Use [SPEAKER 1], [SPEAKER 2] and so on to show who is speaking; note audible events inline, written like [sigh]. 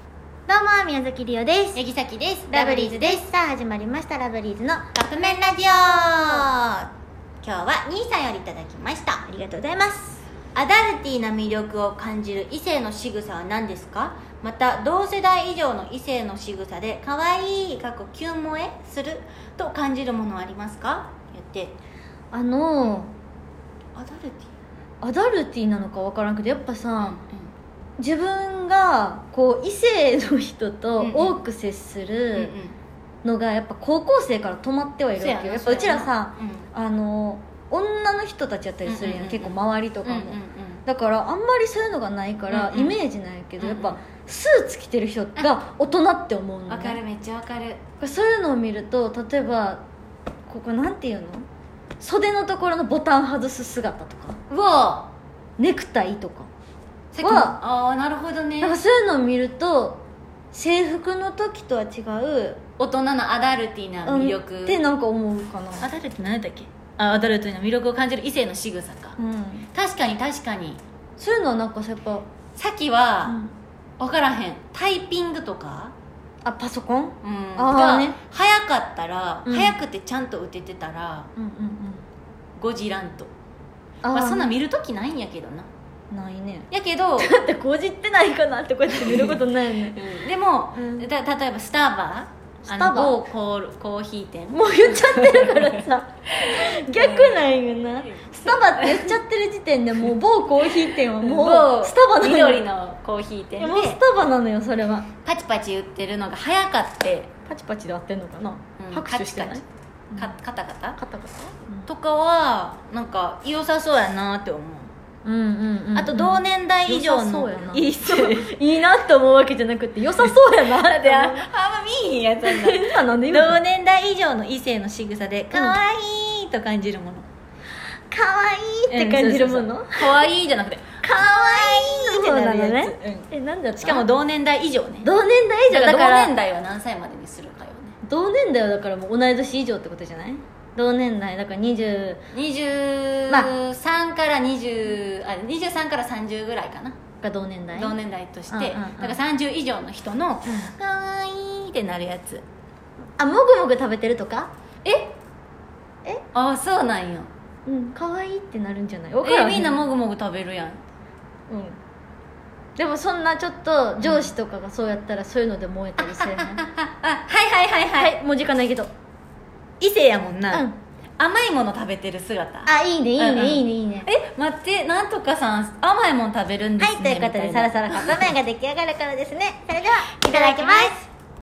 [SPEAKER 1] どうも宮崎りおです
[SPEAKER 2] 八木崎です
[SPEAKER 1] ラブリーズですさあ始まりましたラブリーズのあ
[SPEAKER 2] カップ麺ラジオ今日は兄さんよりいただきました
[SPEAKER 1] りがとうございます
[SPEAKER 2] アダルティーな魅力を感じる異性の仕草は何ですかまた同世代以上の異性の仕草で可愛い過去キュン萌えすると感じるものはありますか言って
[SPEAKER 1] あの
[SPEAKER 2] アダルティー
[SPEAKER 1] アダルティーなのかわからんけどやっぱさ自分がこう異性の人と
[SPEAKER 2] うんうん
[SPEAKER 1] 多く接す
[SPEAKER 2] うん
[SPEAKER 1] るのがやっぱ高校生から止まってはいるわけよやっぱうちらさ、
[SPEAKER 2] うん
[SPEAKER 1] あの女の人たちやったりするやん、
[SPEAKER 2] うんうんうん
[SPEAKER 1] 結構周りとか
[SPEAKER 2] うんう
[SPEAKER 1] も、
[SPEAKER 2] ん
[SPEAKER 1] だからあんまりそういうのがないから、
[SPEAKER 2] うんうん
[SPEAKER 1] イメージないけど、やっ
[SPEAKER 2] うん
[SPEAKER 1] ぱスーツ着てる人が大人って思う
[SPEAKER 2] うん
[SPEAKER 1] の
[SPEAKER 2] わか
[SPEAKER 1] ね
[SPEAKER 2] るめっちゃわかる
[SPEAKER 1] そういうのを見ると例えばここなんていうの袖のところのボタン外す姿とか
[SPEAKER 2] うわ
[SPEAKER 1] ネクタイとか
[SPEAKER 2] さっきもああなるほどね
[SPEAKER 1] なんかそういうのを見ると制服の時とは違う
[SPEAKER 2] 大人のアダルティーな魅力、
[SPEAKER 1] うんってなんか思うかな
[SPEAKER 2] アダルト何だっけあアダルトの魅力を感じる異性の仕草か、
[SPEAKER 1] うん
[SPEAKER 2] 確かに確かに
[SPEAKER 1] そういうのはなんかさやっぱ、
[SPEAKER 2] さっき
[SPEAKER 1] う
[SPEAKER 2] は
[SPEAKER 1] ん
[SPEAKER 2] 分からへんタイピングとか、
[SPEAKER 1] あパソコン
[SPEAKER 2] うん、
[SPEAKER 1] あーね
[SPEAKER 2] が早かったら、
[SPEAKER 1] うん
[SPEAKER 2] 早くてちゃんと打ててたら
[SPEAKER 1] うんうんうん
[SPEAKER 2] ゴジランと
[SPEAKER 1] あー、
[SPEAKER 2] まあ、そんなん見るときないんやけどな
[SPEAKER 1] ないね
[SPEAKER 2] やけ [laughs] ど、
[SPEAKER 1] [laughs] だってこじってないかなってこうやって見ることないよね
[SPEAKER 2] でも、
[SPEAKER 1] うん
[SPEAKER 2] た例えばスタバ
[SPEAKER 1] スタバ
[SPEAKER 2] あの某コーコーヒー店
[SPEAKER 1] [laughs] もう言っちゃってるから [laughs] さ逆なんよなスタバって言っちゃってる時点でもう某コーヒー店はも
[SPEAKER 2] 某
[SPEAKER 1] うスタバなのよ
[SPEAKER 2] 緑のコーヒー店で
[SPEAKER 1] もうスタバなのよそれは
[SPEAKER 2] パチパチ売ってるのが早かって、
[SPEAKER 1] パチパチで合ってんのかな、
[SPEAKER 2] うん
[SPEAKER 1] 拍手してない
[SPEAKER 2] カチカチかカタカタ
[SPEAKER 1] カタカタ
[SPEAKER 2] とかはなんか良さそうやなって思う、
[SPEAKER 1] うんうんうん
[SPEAKER 2] あと同年代以上の
[SPEAKER 1] い
[SPEAKER 2] い
[SPEAKER 1] い
[SPEAKER 2] い
[SPEAKER 1] そういいなって思うわけじゃなくて良さそうやなって
[SPEAKER 2] あんま見えへんやつなんだ
[SPEAKER 1] 今 [laughs] なんで言うの
[SPEAKER 2] 同年代以上の異性の仕草で可愛いと感じるもの、
[SPEAKER 1] かわいいって感じるもの、
[SPEAKER 2] 可愛いじゃなくて
[SPEAKER 1] かわいいってなるや
[SPEAKER 2] そ
[SPEAKER 1] つ
[SPEAKER 2] うなのね
[SPEAKER 1] えなんだった
[SPEAKER 2] しかも同年代以上ね
[SPEAKER 1] 同年代以上
[SPEAKER 2] だ
[SPEAKER 1] だ
[SPEAKER 2] か
[SPEAKER 1] からら
[SPEAKER 2] 同年代は何歳までにするかよね
[SPEAKER 1] 同年代はだからもう同い年以上ってことじゃない同年代だから20
[SPEAKER 2] 23から20あ23から30ぐらいかな
[SPEAKER 1] が同年代
[SPEAKER 2] 同年代として、
[SPEAKER 1] うんうんうん
[SPEAKER 2] だから30以上の人の
[SPEAKER 1] うん
[SPEAKER 2] 可愛いってなるやつ
[SPEAKER 1] あもぐもぐ食べてるとか
[SPEAKER 2] え
[SPEAKER 1] え
[SPEAKER 2] ああそうなんよ
[SPEAKER 1] うん可愛いってなるんじゃないわから
[SPEAKER 2] え
[SPEAKER 1] ん
[SPEAKER 2] みんなもぐもぐ食べるやん
[SPEAKER 1] うんでもそんなちょっと上司とかがそうやったらそういうので燃えたりせえへんは
[SPEAKER 2] ああはいはいはいはい、
[SPEAKER 1] いもう時間ないけどう
[SPEAKER 2] 異性やもん
[SPEAKER 1] ん
[SPEAKER 2] な、甘いもの食べてる姿
[SPEAKER 1] あいいねいい
[SPEAKER 2] うんうん
[SPEAKER 1] ねいいねいいね
[SPEAKER 2] え待ってなんとかさん甘いもの食べるんで
[SPEAKER 1] は
[SPEAKER 2] す
[SPEAKER 1] い
[SPEAKER 2] ね
[SPEAKER 1] ということで
[SPEAKER 2] み
[SPEAKER 1] さ
[SPEAKER 2] た
[SPEAKER 1] ら
[SPEAKER 2] な
[SPEAKER 1] さらカップ麺が出来上がるからですねそれではいただきます